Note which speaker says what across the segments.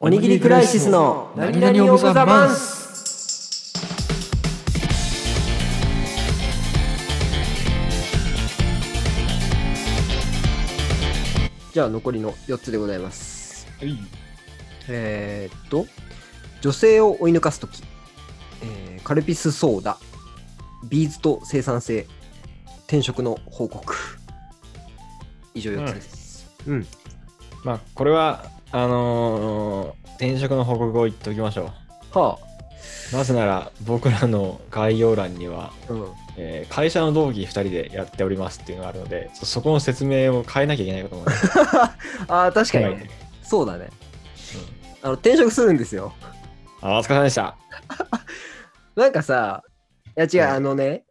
Speaker 1: おにぎりクライシスの何々オブザマンスじゃあ残りの4つでございます
Speaker 2: はい。
Speaker 1: えー、っと女性を追い抜かす時、えーカルピスソーダビーズと生産性転職の報告以上4つです、うん、
Speaker 2: まあ、これは、あのー転職の報告を言っておきましょ
Speaker 1: は
Speaker 2: う。なぜなら、僕らの概要欄には、
Speaker 1: あ、うん、
Speaker 2: えー会社の同期2人でやっておりますっていうのがあるので、そそこの説明を変えなきゃいけないかと思います。
Speaker 1: あー確かに、
Speaker 2: はい
Speaker 1: ね、そうだねあの転職するんですよ
Speaker 2: あお疲れ様で した。
Speaker 1: なんかさ、いや違う、
Speaker 2: はい
Speaker 1: あのね、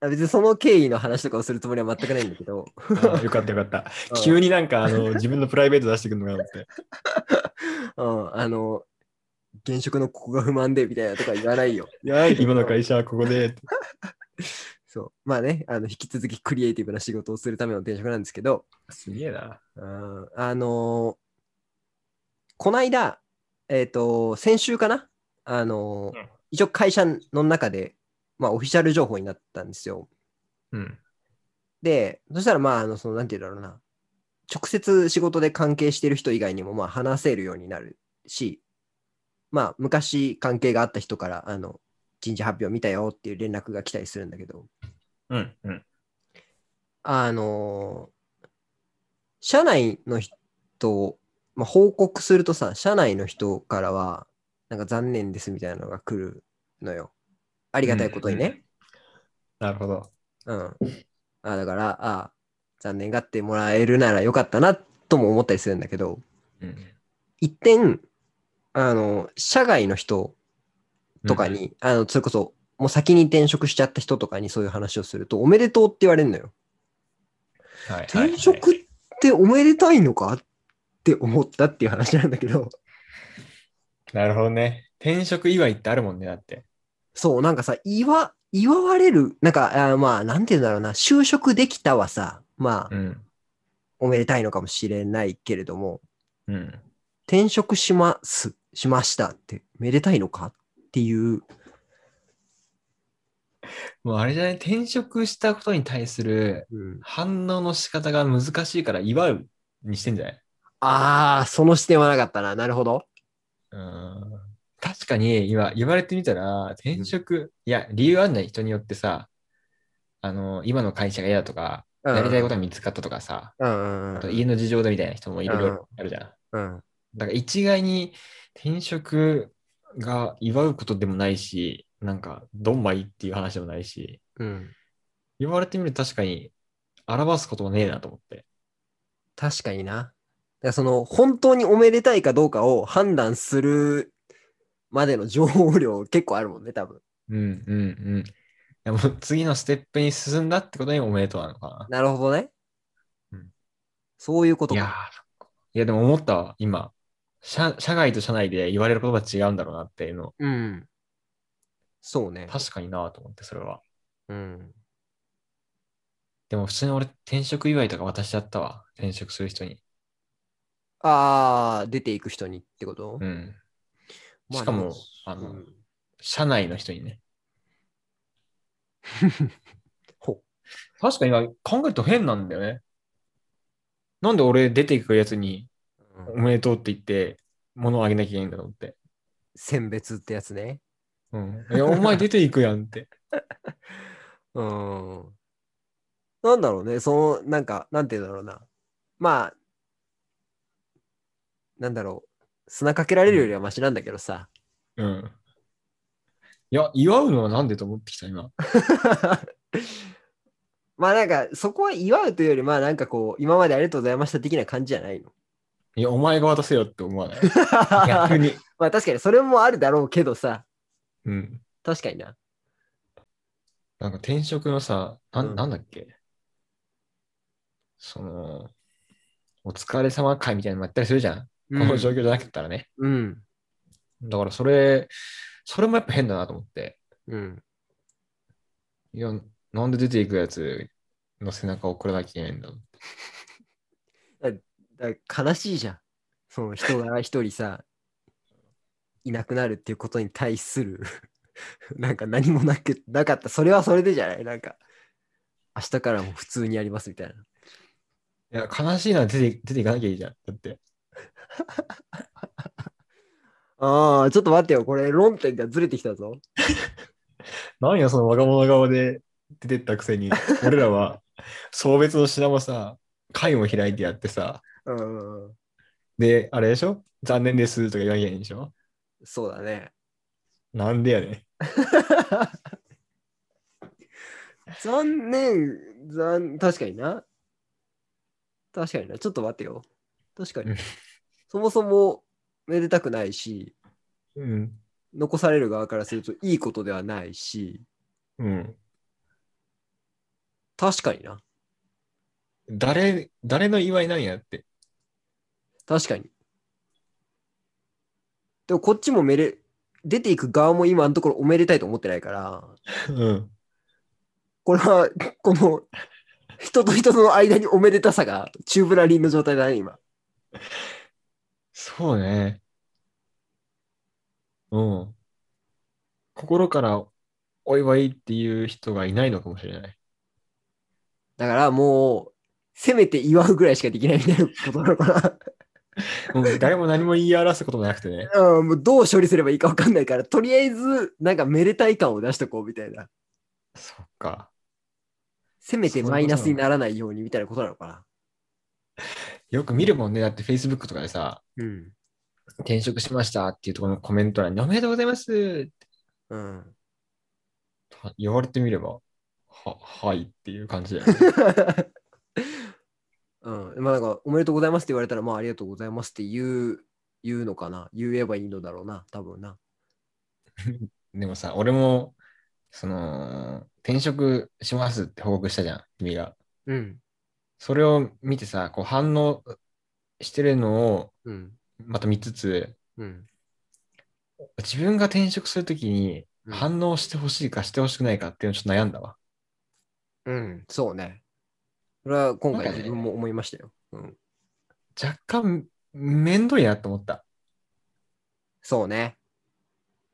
Speaker 1: あ別にその経緯の話とかをするつもりは全くないんだけど、
Speaker 2: あよかったよか った。 急になんか、あの、自分のプライベート出してくるのかなって。
Speaker 1: うん、あの、現職のここが不満でみたいなとか言わないよ。
Speaker 2: い や、今の会社はここで。
Speaker 1: そう。まあね、あの引き続きクリエイティブな仕事をするための転職なんですけど、
Speaker 2: すげえな。
Speaker 1: うん、あのーこないだ、えっ、と、先週かなあのー
Speaker 2: うん
Speaker 1: 一応会社の中で、まあオフィシャル情報になったんですよ。
Speaker 2: うん。
Speaker 1: で、そしたら、まあ、あの、その、なんて言うんだろうな。直接仕事で関係してる人以外にも、まあ、話せるようになるし、まあ、昔関係があった人から、あの、人事発表見たよっていう連絡が来たりするんだけど、
Speaker 2: うん。うん。
Speaker 1: あのー社内の人を、まあ、報告するとさ、社内の人からは、なんか残念ですみたいなのが来るのよ。ありがたいことにね。
Speaker 2: なるほど。
Speaker 1: うん。あだから、あ残念がってもらえるならよかったなとも思ったりするんだけど、
Speaker 2: うん。
Speaker 1: 一点、あの、社外の人とかに、あの、それこそ、もう先に転職しちゃった人とかにそういう話をすると、おめでとうって言われるのよ。
Speaker 2: はい、はいはい
Speaker 1: 転職っておめでたいのかって思ったっていう話なんだけど、
Speaker 2: なるほどね。転職祝いってあるもんね、だって。
Speaker 1: そう、なんかさ、祝、祝われる、なんか、あまあ、なんて言うんだろうな、就職できたはさ、まあ、
Speaker 2: ん。
Speaker 1: おめでたいのかもしれないけれども、
Speaker 2: うん。
Speaker 1: 転職します、しましたって、めでたいのかっていう、
Speaker 2: もうあれじゃない、転職したことに対する反応の仕方が難しいから祝うにしてんじゃない
Speaker 1: ああ、その視点はなかったな。なるほど。
Speaker 2: うん。確かに今言われてみたら、転職、いや、理由あんない人によってさ、あの、今の会社が嫌だとか、やりたいことが見つかったとかさ、
Speaker 1: うんうんうん
Speaker 2: あと家の事情でみたいな人もいろいろあるじゃん。
Speaker 1: うん
Speaker 2: だから一概に転職が祝うことでもないし、なんか、どんまいっていう話でもないし、
Speaker 1: うん
Speaker 2: 言われてみると確かに表すことはねえなと思って。
Speaker 1: 確かにな。だからその、本当におめでたいかどうかを判断するまでの情報量結構あるもんね、多分。
Speaker 2: うんうんうん。でも次のステップに進んだってことにおめでとうなのか
Speaker 1: なるほどね。
Speaker 2: うん
Speaker 1: そういうこ
Speaker 2: な。
Speaker 1: と
Speaker 2: いやー
Speaker 1: か。、
Speaker 2: いやでも思ったわ、今。社社外と社内で言われることが違うんだろうなっていうの、
Speaker 1: うん。そうね。
Speaker 2: 確かになと思って、それは。
Speaker 1: うん。
Speaker 2: でも普通に俺、転職祝いとか渡しちゃったわ。転職する人に。
Speaker 1: ああ、出ていく人にってこと、
Speaker 2: うん。
Speaker 1: まあ
Speaker 2: しかも
Speaker 1: で
Speaker 2: あの
Speaker 1: うん
Speaker 2: 社内の人にね。
Speaker 1: ほ
Speaker 2: 確かに今考えると変なんだよね。なんで俺出ていくやつに
Speaker 1: う
Speaker 2: おめでとうって言って物をあげなきゃいけないんだろうって。
Speaker 1: 選別ってやつね。
Speaker 2: うん。いや、お前出ていくやんって。
Speaker 1: うん。なんだろうね、その、なんか、なんて言うんだろうな。まあ、なんだろう。砂かけられるよりはマシなんだけどさ。
Speaker 2: うん。いや、祝うのはなんでと思ってきた今。
Speaker 1: まあなんか、そこは祝うというより、まあなんかこう、今までありがとうございました的な感じじゃないの。
Speaker 2: いや、お前が渡せよって思 わない。逆に。
Speaker 1: まあ確かにそれもあるだろうけどさ。
Speaker 2: うん。
Speaker 1: 確かにな。
Speaker 2: なんか転職のさ、な
Speaker 1: うん
Speaker 2: んなんだっけその、お疲れ様会みたいなのもやったりするじゃん。
Speaker 1: う
Speaker 2: こ
Speaker 1: ん
Speaker 2: の状況じゃなかったらね。
Speaker 1: うん。
Speaker 2: だからそれ、それもやっぱ変だなと思って。
Speaker 1: うん。
Speaker 2: いや、なんで出ていくやつの背中を送らなきゃいけないんだろう
Speaker 1: だから悲しいじゃん。その人が一人さ、いなくなるっていうことに対する、 なんか何もなく、なかった。それはそれでじゃないなんか、明日からも普通にやりますみたいな。
Speaker 2: いや、悲しいなら出て、出ていかなきゃいいじゃん。だって。
Speaker 1: ああ、ちょっと待ってよ。これ論点がずれてきたぞ。
Speaker 2: 何や、その若者顔で出てったく せに、俺らは、送別の品もさ、会も開いてやってさ、
Speaker 1: うんうんうん。
Speaker 2: で、あれでしょ残念ですとか言わなきゃいいんでしょ
Speaker 1: そうだね。
Speaker 2: なんでやねん。
Speaker 1: 残念、残、確かにな。確かにな。ちょっと待ってよ。確か
Speaker 2: う
Speaker 1: に
Speaker 2: ん。
Speaker 1: そもそも、めでたくないし、
Speaker 2: うん。
Speaker 1: 残される側からするといいことではないし、
Speaker 2: うん。
Speaker 1: 確かにな。
Speaker 2: 誰、誰の祝いなんやって。
Speaker 1: 確かに。でもこっちもめで出ていく側も今のところおめでたいと思ってないから、
Speaker 2: うん。
Speaker 1: これは、 この、人と人との間におめでたさが、チューブラリンの状態だね、今。
Speaker 2: そうね。うん。心からお祝いっていう人がいないのかもしれ ない。
Speaker 1: だからもう、せめて祝うぐらいしかできないみたいなことなのか
Speaker 2: もう誰も何も言い表すこともなくてね。
Speaker 1: な。うん、 もうどう処理すればいいか分かんないから、とりあえず、なんかめでたい感を出しとこうみたいな。
Speaker 2: そっか。
Speaker 1: せめてマイナスにならないようにみたいなことなのかな。
Speaker 2: よく見るもんね。だって Facebook とかでさ、
Speaker 1: うん。
Speaker 2: 転職しましたっていうところのコメント欄におめでとうございますって
Speaker 1: うん。
Speaker 2: 言われてみれば、は、はいっていう感じだよね。
Speaker 1: うん。 まあなんか、おめでとうございますって言われたら、まあありがとうございますって言う、言うのかな。言えばいいのだろうな、多分な。
Speaker 2: でもさ、俺も、その、転職しますって報告したじゃん、君が。
Speaker 1: うん。
Speaker 2: それを見てさ、こう反応してるのを
Speaker 1: うん。
Speaker 2: また見つつ、
Speaker 1: うん。
Speaker 2: 自分が転職するときに
Speaker 1: うん
Speaker 2: 反応してほしいかしてほしくないかっていうのをちょっと悩んだわ。
Speaker 1: うん、そうね。それは今
Speaker 2: なん
Speaker 1: 回
Speaker 2: かね
Speaker 1: 自分も思いましたよ。うん。
Speaker 2: 若干、めんどいなと思った。
Speaker 1: そうね。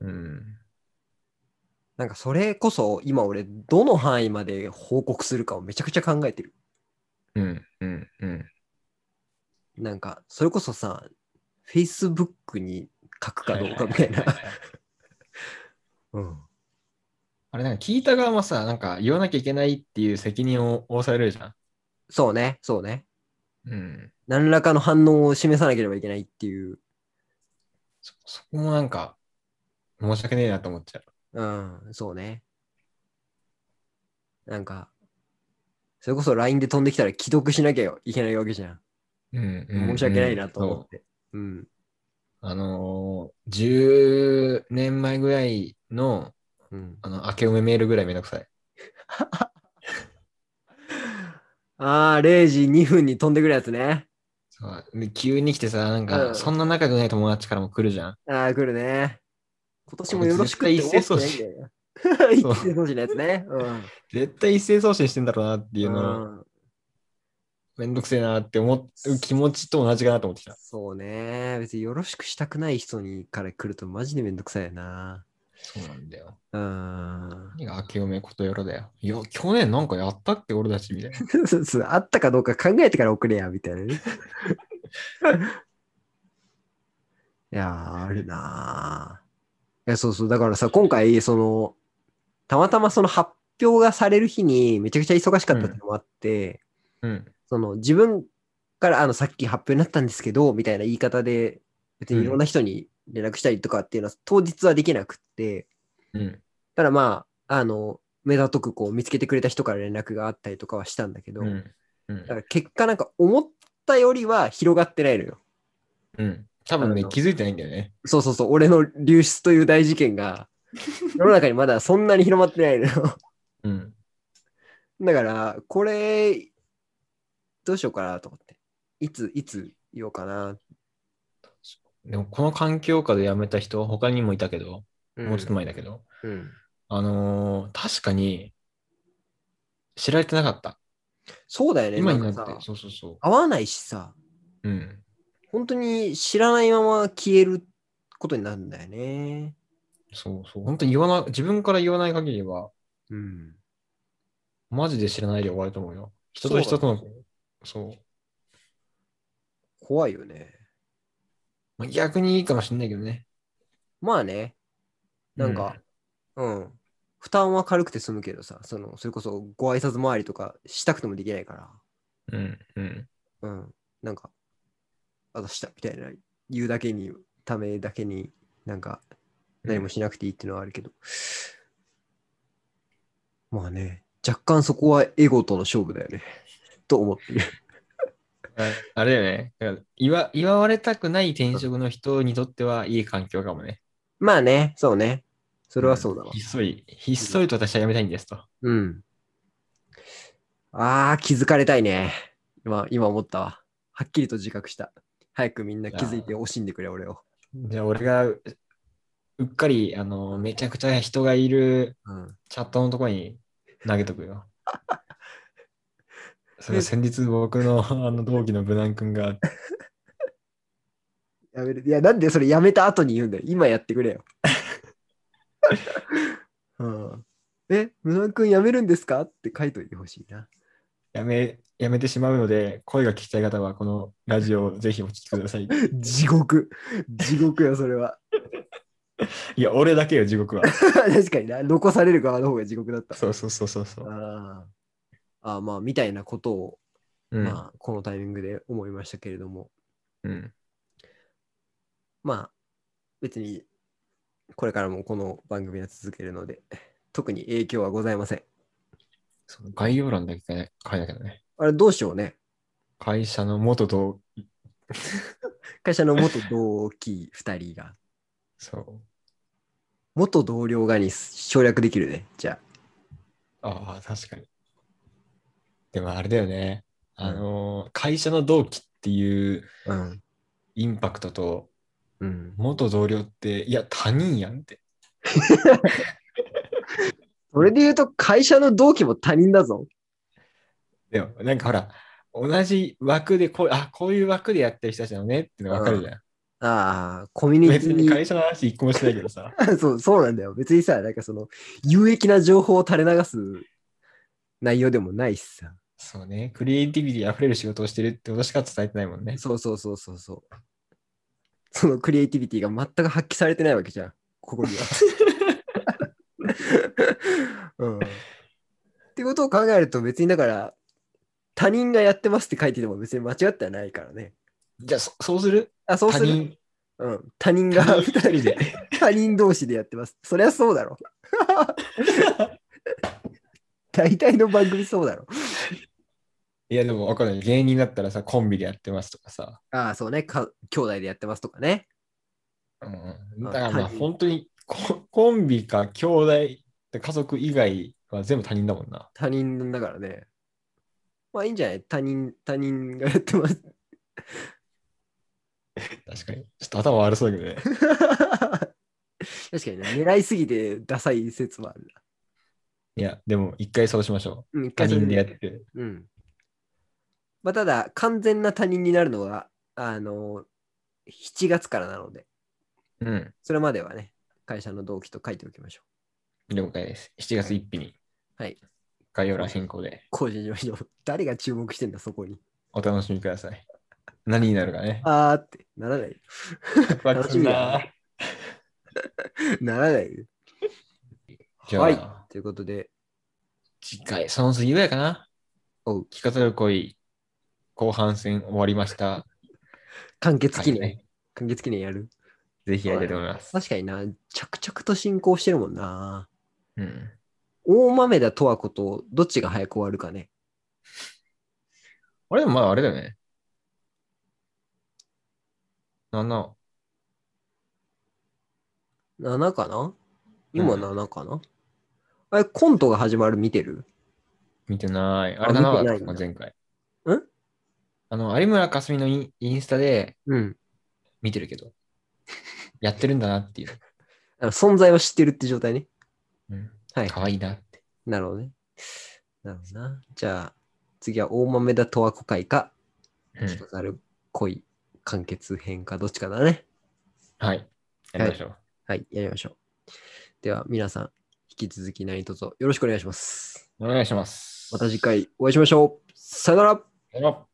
Speaker 2: うん。
Speaker 1: なんかそれこそ今俺どの範囲まで報告するかをめちゃくちゃ考えてる。
Speaker 2: うん、うん、うん。
Speaker 1: なんかそれこそさ、Facebook に書くかどうかみたいな
Speaker 2: は。ははは
Speaker 1: うん。
Speaker 2: あれ、なんか聞いた側もさ、なんか言わなきゃいけないっていう責任を負わされるじゃん。
Speaker 1: そうね、そうね。
Speaker 2: うん。
Speaker 1: 何らかの反応を示さなければいけないっていう。
Speaker 2: そ、そこもなんか、申し訳ねえなと思っちゃう。
Speaker 1: うん、そうね。なんか、それこそ LINE で飛んできたら既読しなきゃいけないわけじゃん。
Speaker 2: うん、うん
Speaker 1: 申し訳ないなと
Speaker 2: うん
Speaker 1: 思
Speaker 2: そ
Speaker 1: っ
Speaker 2: う
Speaker 1: て。うん。
Speaker 2: あのー、10年前ぐらいの、
Speaker 1: うん。
Speaker 2: あの、明けおめメールぐらいめんどくさい。
Speaker 1: ああ、0時2分に飛んでくるやつね。
Speaker 2: そうで急に来てさ、なん
Speaker 1: うん
Speaker 2: か、そんな仲良くない友達からも来るじゃん。
Speaker 1: ああ、来るね。今年もよろしくって思ってないんだよな。 一
Speaker 2: 絶対一斉送
Speaker 1: 斉
Speaker 2: 信
Speaker 1: 送信のやつね。うん。
Speaker 2: 絶対一斉送信してんだろうなっていうの
Speaker 1: う
Speaker 2: を、
Speaker 1: ん
Speaker 2: めんどくせえなって思う気持ちと同じかなと思ってきた。
Speaker 1: そうね。別によろしくしたくない人にから来るとマジでめんどくさいよな。
Speaker 2: そうなんだよ。
Speaker 1: うん。
Speaker 2: 何が明けおめことよろだよ。いや、去年なんかやったって俺たちみたいな。
Speaker 1: そうそうあったかどうか考えてから送れや、みたいなね。いやー、あるなーいや、そうそう。だからさ、今回、その、たまたまその発表がされる日にめちゃくちゃ忙しかったってのもあって、
Speaker 2: うん。
Speaker 1: その自分からあのさっき発表になったんですけどみたいな言い方で別にいろんな人に連絡したりとかっていうのは当日はできなくって
Speaker 2: うん。
Speaker 1: ただまああの目立とくこう見つけてくれた人から連絡があったりとかはしたんだけど、
Speaker 2: う
Speaker 1: だ
Speaker 2: ん。うん
Speaker 1: から結果なんか思ったよりは広がってないのよ
Speaker 2: うん。多分
Speaker 1: あ
Speaker 2: ね
Speaker 1: の、
Speaker 2: 気づいてないんだよね。
Speaker 1: そうそうそう俺の流出という大事件 が世の中にまだそんなに広まってないのよ
Speaker 2: うん。
Speaker 1: だからこれどうしようかなと思っていついつ言おうかな、
Speaker 2: でも、この環境下で辞めた人、他にもいたけど、もうちょっと前だけど、
Speaker 1: うん
Speaker 2: あのー確かに、知られてなかった。
Speaker 1: そうだよね。
Speaker 2: 今に
Speaker 1: な
Speaker 2: なん
Speaker 1: か
Speaker 2: って
Speaker 1: さ、
Speaker 2: そうそうそ
Speaker 1: 合わないしさ、
Speaker 2: う。うん。
Speaker 1: 本当に知らないまま消えることになるんだよね。
Speaker 2: そうそう。本当に言わない、自分から言わない限りは、
Speaker 1: うん。
Speaker 2: マジで知らないで終わると思うよ。人
Speaker 1: そうだ
Speaker 2: と
Speaker 1: ね
Speaker 2: 人との、そう。
Speaker 1: 怖いよね。
Speaker 2: まあ逆にいいかもしれないけどね。
Speaker 1: まあね、なんか、うん、負担は軽くて済むけどさ、その、それこそご挨拶回りとかしたくてもできないか
Speaker 2: うん、うん。
Speaker 1: ら、うん。なんか、あとしたみたいな言うだけに、ためだけに、なんか、何もしなくていいっていうのはあるけど。まあね、若干そこはエゴとの勝負だよね。と思ってる。
Speaker 2: あ あれだよね。だから祝、祝われたくない転職の人にとってはいい環境かもね。
Speaker 1: まあね、そうね。それはそうだわ
Speaker 2: んひ。っそり、ひっそりと私は辞めたいんですと。
Speaker 1: うん。ああ、気づかれたいね。今、今思ったわ。はっきりと自覚した。早くみんな気づいて惜しんでくれ、俺を。
Speaker 2: じゃあ、俺が、ううっかり、あの、めちゃくちゃ人がいる
Speaker 1: うん。
Speaker 2: チャットのとこに投げとく よ。それ先日僕のあの同期の無難君が、
Speaker 1: やめる。いや、なんでそれやめた後に言うんだよ。今やってくれよ。 うん、え、無難くんやめるんですかって書いといてほしいな。
Speaker 2: やめ、やめてしまうので、声が聞きたい方は、このラジオをぜひお聞きください。
Speaker 1: 地獄。地獄よ、それは。
Speaker 2: いや、俺だけよ、地獄は。
Speaker 1: 確かにな。残される側の方が地獄だった。
Speaker 2: そうそうそうそうそう。
Speaker 1: あーあー、まあ、みたいなことを、
Speaker 2: うん。
Speaker 1: まあ、このタイミングで思いましたけれども、
Speaker 2: うん、
Speaker 1: まあ、別に、これからもこの番組は続けるので、特に影響はございません。
Speaker 2: その概要欄だけ書いなきゃね。
Speaker 1: あれ、どうしようね。
Speaker 2: 会社の元と、
Speaker 1: 会社の元同期2人が、
Speaker 2: そう。
Speaker 1: 元同僚がに省略できるね。じゃ
Speaker 2: ああ、確かに。でもあれだよね。あのー会社の同期っていう
Speaker 1: あ。うん。
Speaker 2: インパクトと、
Speaker 1: うん。
Speaker 2: 元同僚って、いや、他人やんって。
Speaker 1: それで言うと、会社の同期も他人だぞ。
Speaker 2: でも、なんかほら、同じ枠でこう、あ、こういう枠でやってる人たちなのねっての分かるじゃん。
Speaker 1: ああ、コミュニティ
Speaker 2: 別に会社の話一個もしないけどさ。
Speaker 1: そう、そうなんだよ。別にさ、なんかその、有益な情報を垂れ流す内容でもないしさ。
Speaker 2: そうね。クリエイティビティ溢れる仕事をしてるってことしか伝えてないもんね。
Speaker 1: そうそうそうそうそう。そのクリエイティビティが全く発揮されてないわけじゃん。ここに は。うん。ってことを考えると別にだから、他人がやってますって書いてても別に間違ってはないからね。
Speaker 2: じゃあ、そそうする
Speaker 1: あ、そう
Speaker 2: 他
Speaker 1: する。
Speaker 2: 人、
Speaker 1: うん。他人が
Speaker 2: 他人一人で。
Speaker 1: 他人同士でやってます。そりゃそう だろ。大体の番組そうだろ。
Speaker 2: いや、でも分かんない。芸人だったらさ、コンビでやってますとかさ。
Speaker 1: ああ、そうね。か兄弟でやってますとかね。
Speaker 2: うん、
Speaker 1: あ
Speaker 2: だからまあ、
Speaker 1: 他人
Speaker 2: 本当にココンビか兄弟で家族以外は全部他人だもんな。
Speaker 1: 他人だからね。まあいいんじゃない他人、他人がやって ます。
Speaker 2: 確かに。ちょっと頭悪そうだけどね。
Speaker 1: 確かにね。狙いすぎてダサい説はあるな。
Speaker 2: いや、でも一回そうしましょ
Speaker 1: うん、一
Speaker 2: う。他
Speaker 1: 回それ
Speaker 2: 人でやって。
Speaker 1: うん。まあただ、完全な他人になるのは、あの、7月からなので、
Speaker 2: うん。
Speaker 1: それまではね、会社の同期と書いておきましょう。
Speaker 2: 了解です。7月1日に。
Speaker 1: はい。
Speaker 2: 概要欄変更で
Speaker 1: 更新しましょう。誰が注目してんだ、そこに。
Speaker 2: お楽しみください。何になるかね。
Speaker 1: あーってならない。
Speaker 2: 楽
Speaker 1: しみだなならない。
Speaker 2: じゃあ、
Speaker 1: はいということで、
Speaker 2: 次回、その次ぐらいかな。
Speaker 1: おう
Speaker 2: 聞かせる恋、後半戦終わりました。
Speaker 1: 完結記念、
Speaker 2: はい
Speaker 1: 完結記念やる
Speaker 2: ぜひやりたいと思います。
Speaker 1: 確かにな、着々と進行してるもんな。
Speaker 2: うん。
Speaker 1: 大豆だとはこと、どっちが早く終わるかね。
Speaker 2: あれでもまだあれだよね。なんな、
Speaker 1: 7かな今
Speaker 2: うん
Speaker 1: 7かな、あれ、コントが始まる見てる
Speaker 2: 見てない。あ
Speaker 1: あ見
Speaker 2: れ7
Speaker 1: て
Speaker 2: 話
Speaker 1: な
Speaker 2: だ
Speaker 1: い
Speaker 2: っ
Speaker 1: ん
Speaker 2: た
Speaker 1: だ
Speaker 2: か、前回。
Speaker 1: ん
Speaker 2: あの、有村架純のインインスタで
Speaker 1: うん。
Speaker 2: 見てる けど、やってるんだなっていう。
Speaker 1: あの存在は知ってるって状態ね。
Speaker 2: うん。
Speaker 1: はい。
Speaker 2: 可愛いなって。
Speaker 1: なるほどね。なるほどな。じゃあ、次は大豆だとはこ会か、
Speaker 2: うん
Speaker 1: 人ざる恋完結編かどっちかだね。
Speaker 2: はい。やりましょう。
Speaker 1: はい、やりましょう。では、皆さん、引き続き何卒よろしくお願いします。
Speaker 2: お願いします。
Speaker 1: また次回お会いしましょう。さよなら
Speaker 2: さよなら